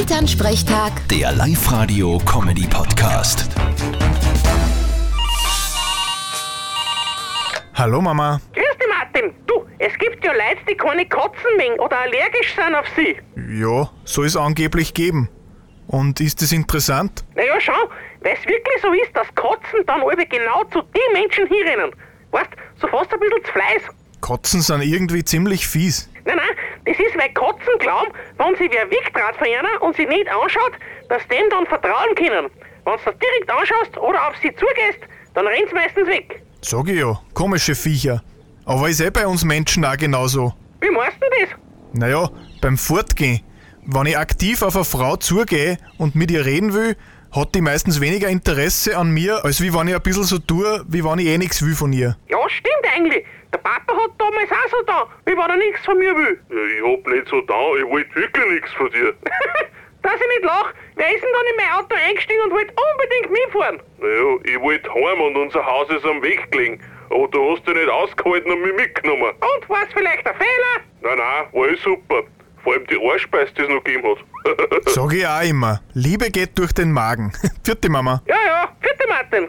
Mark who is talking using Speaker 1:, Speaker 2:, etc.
Speaker 1: Elternsprechtag,
Speaker 2: Der Live-Radio-Comedy-Podcast.
Speaker 3: Hallo Mama.
Speaker 4: Grüß dich, Martin. Du, es gibt ja Leute, die keine Katzen mögen oder allergisch sind auf sie.
Speaker 3: Ja, soll es angeblich geben. Und ist es interessant?
Speaker 4: Naja, schau, weil es wirklich so ist, dass Katzen dann alle genau zu den Menschen hinrennen. Weißt, so fast ein bisschen zu Fleiß.
Speaker 3: Katzen sind irgendwie ziemlich fies.
Speaker 4: Nein, nein, das ist, weil Katzen glauben, wenn sie wer wegtrat von einer und sie nicht anschaut, dass dem dann vertrauen können. Wenn du das direkt anschaust oder auf sie zugehst, dann rennt sie meistens weg.
Speaker 3: Sag ich ja, komische Viecher. Aber ist eh bei uns Menschen auch genauso.
Speaker 4: Wie meinst du das?
Speaker 3: Naja, beim Fortgehen. Wenn ich aktiv auf eine Frau zugehe und mit ihr reden will, hat die meistens weniger Interesse an mir, als wie wenn ich ein bisschen so tue, wie wenn ich eh nichts will von ihr.
Speaker 4: Ja, stimmt eigentlich. Der Papa hat damals auch so da, wie wenn er nichts von mir will.
Speaker 5: Ja, Äh, Ich hab nicht so da, ich wollte wirklich nichts von dir.
Speaker 4: Dass ich nicht lach, wer ist denn dann in mein Auto eingestiegen und wollte unbedingt mitfahren?
Speaker 5: Naja, ich wollte heim und unser Haus ist am Weg gelegen. Aber du hast dich nicht ausgehalten und mich mitgenommen.
Speaker 4: Und war es vielleicht ein Fehler?
Speaker 5: Nein, nein, war eh super. Vor allem die Ohrspeise, die es noch gegeben hat.
Speaker 3: Sag ich auch immer. Liebe geht durch den Magen. Vierte Mama.
Speaker 4: Ja, ja, bitte Martin.